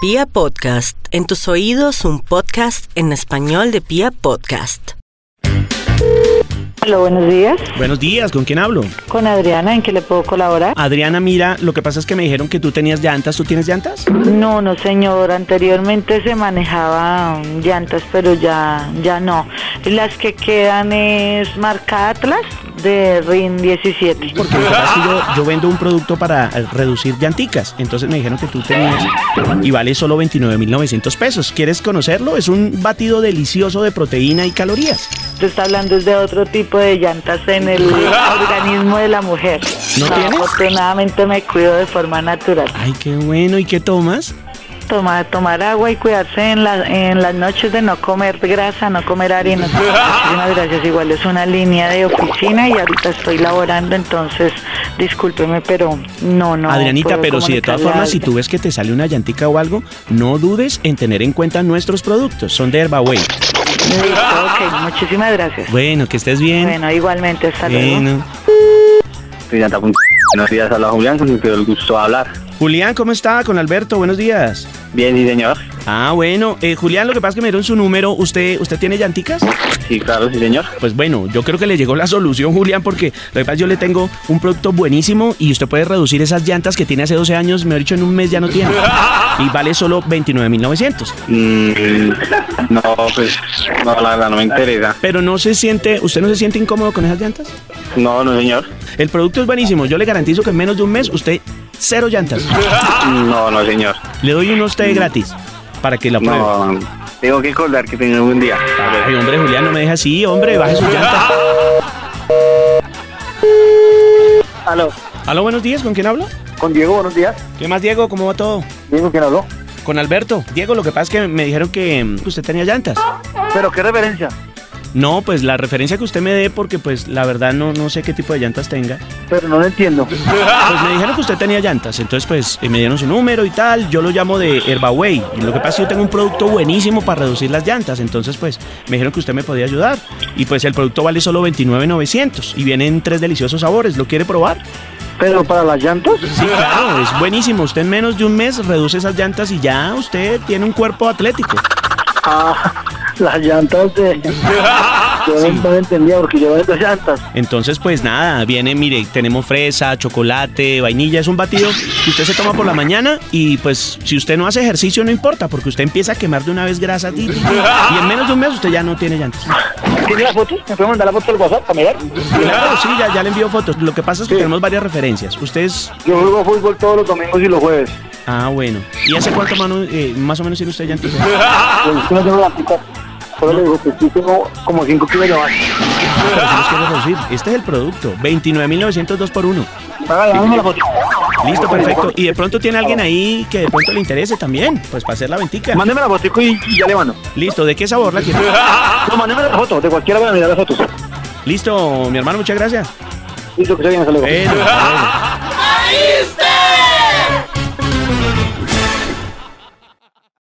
Pia Podcast, en tus oídos un podcast en español de Pia Podcast. Hola, buenos días. Buenos días, ¿con quién hablo? Con Adriana, ¿en qué le puedo colaborar? Adriana, mira, lo que pasa es que me dijeron que tú tenías llantas, ¿tú tienes llantas? No, no, señor. Anteriormente se manejaba mm, llantas, pero ya, ya no. Las que quedan es marca Atlas de RIN 17. Porque lo que pasa es que yo, yo vendo un producto para eh, reducir llanticas, entonces me dijeron que tú tenías y vale solo 29.900 pesos. ¿Quieres conocerlo? Es un batido delicioso de proteína y calorías. Usted está hablando es de otro tipo de llantas en el organismo de la mujer. ¿No tienes? Afortunadamente me cuido de forma natural. Ay, qué bueno, ¿y qué tomas? Tomar, tomar agua y cuidarse en, la- en las noches de no comer grasa, no comer harina. Muchísimas gracias. Igual es una línea de oficina y ahorita estoy laborando, entonces discúlpeme, pero no, no. Adrianita, puedo pero si de todas comunicarle formas, si ahorita. tú ves que te sale una llantica o algo, no dudes en tener en cuenta nuestros productos, son de Herbaway. Listo, ok, muchísimas gracias. Bueno, que estés bien. Bueno, igualmente, hasta luego. Bueno. Julián Tapun. Buenos días, habla Julián, con quien tengo el gusto de hablar. Julián, ¿cómo está? Con Alberto, buenos días. Bien, sí, señor. Ah, bueno, eh, Julián, lo que pasa es que me dieron su número. ¿Usted, usted tiene llanticas? Sí, claro, sí, señor. Pues bueno, yo creo que le llegó la solución, Julián, porque lo que pasa es que yo le tengo un producto buenísimo y usted puede reducir esas llantas que tiene hace 12 años, mejor dicho, en un mes ya no tiene. Y vale solo 29.900. Mm, no, pues, no, la verdad, no me interesa. Pero no se siente, ¿usted no se siente incómodo con esas llantas? No, no, señor. El producto es buenísimo, yo le garantizo que en menos de un mes usted cero llantas. No, no, señor. Le doy uno a usted gratis para que la pruebe. No, pues. tengo que acordar que tenga un buen día. Ay, hombre, Julián, no me deja así, hombre, baje sus llantas. Aló, Aló, buenos días, ¿con quién hablo? con Diego, buenos días. ¿Qué más, Diego? ¿Cómo va todo? Diego, ¿quién habló? Con Alberto. Diego, lo que pasa es que me dijeron que mm, usted tenía llantas. Pero qué referencia. No, pues la referencia que usted me dé, porque pues la verdad no, no sé qué tipo de llantas tenga. Pero no lo entiendo. Pues me dijeron que usted tenía llantas, entonces pues eh, me dieron su número y tal. Yo lo llamo de Herbaway. Y lo que pasa es que yo tengo un producto buenísimo para reducir las llantas, entonces pues me dijeron que usted me podía ayudar. Y pues el producto vale solo 29.900 y vienen tres deliciosos sabores. ¿Lo quiere probar? Pero para las llantas, Sí, claro, es buenísimo. Usted en menos de un mes reduce esas llantas y ya usted tiene un cuerpo atlético. ah, las llantas de. Yo Sí. no entendía porque yo vendo llantas. Entonces, pues nada, viene, mire, tenemos fresa, chocolate, vainilla, es un batido que usted se toma por la mañana y pues si usted no hace ejercicio no importa, porque usted empieza a quemar de una vez grasa ti, ti, ti, y en menos de un mes usted ya no tiene llantas. ¿Tiene la foto? ¿Me puede mandar la foto al WhatsApp para mirar? Claro, sí, ya, ya le envío fotos. Lo que pasa es que Sí. tenemos varias referencias. Ustedes, Yo juego fútbol todos los domingos y los jueves. ah, bueno. ¿Y hace cuánto mano- eh, más o menos tiene usted llantas? Pues, Lo que Pues, no tengo la pica. Solo le digo que sí tengo como 5 kilos de más. Pero si los quiere reducir. Este es el producto, 29.902 por uno. Hágale, mándame la foto. Listo, perfecto. Y de pronto tiene alguien ahí que de pronto le interese también, pues para hacer la ventica. Mándeme la foto y y ya le mando. Listo, ¿de qué sabor la quiere? No, mándeme la foto. De cualquiera van a mirar las fotos. Listo, mi hermano, muchas gracias. Eh, Listo, que se viene, hasta luego. Bueno, bueno.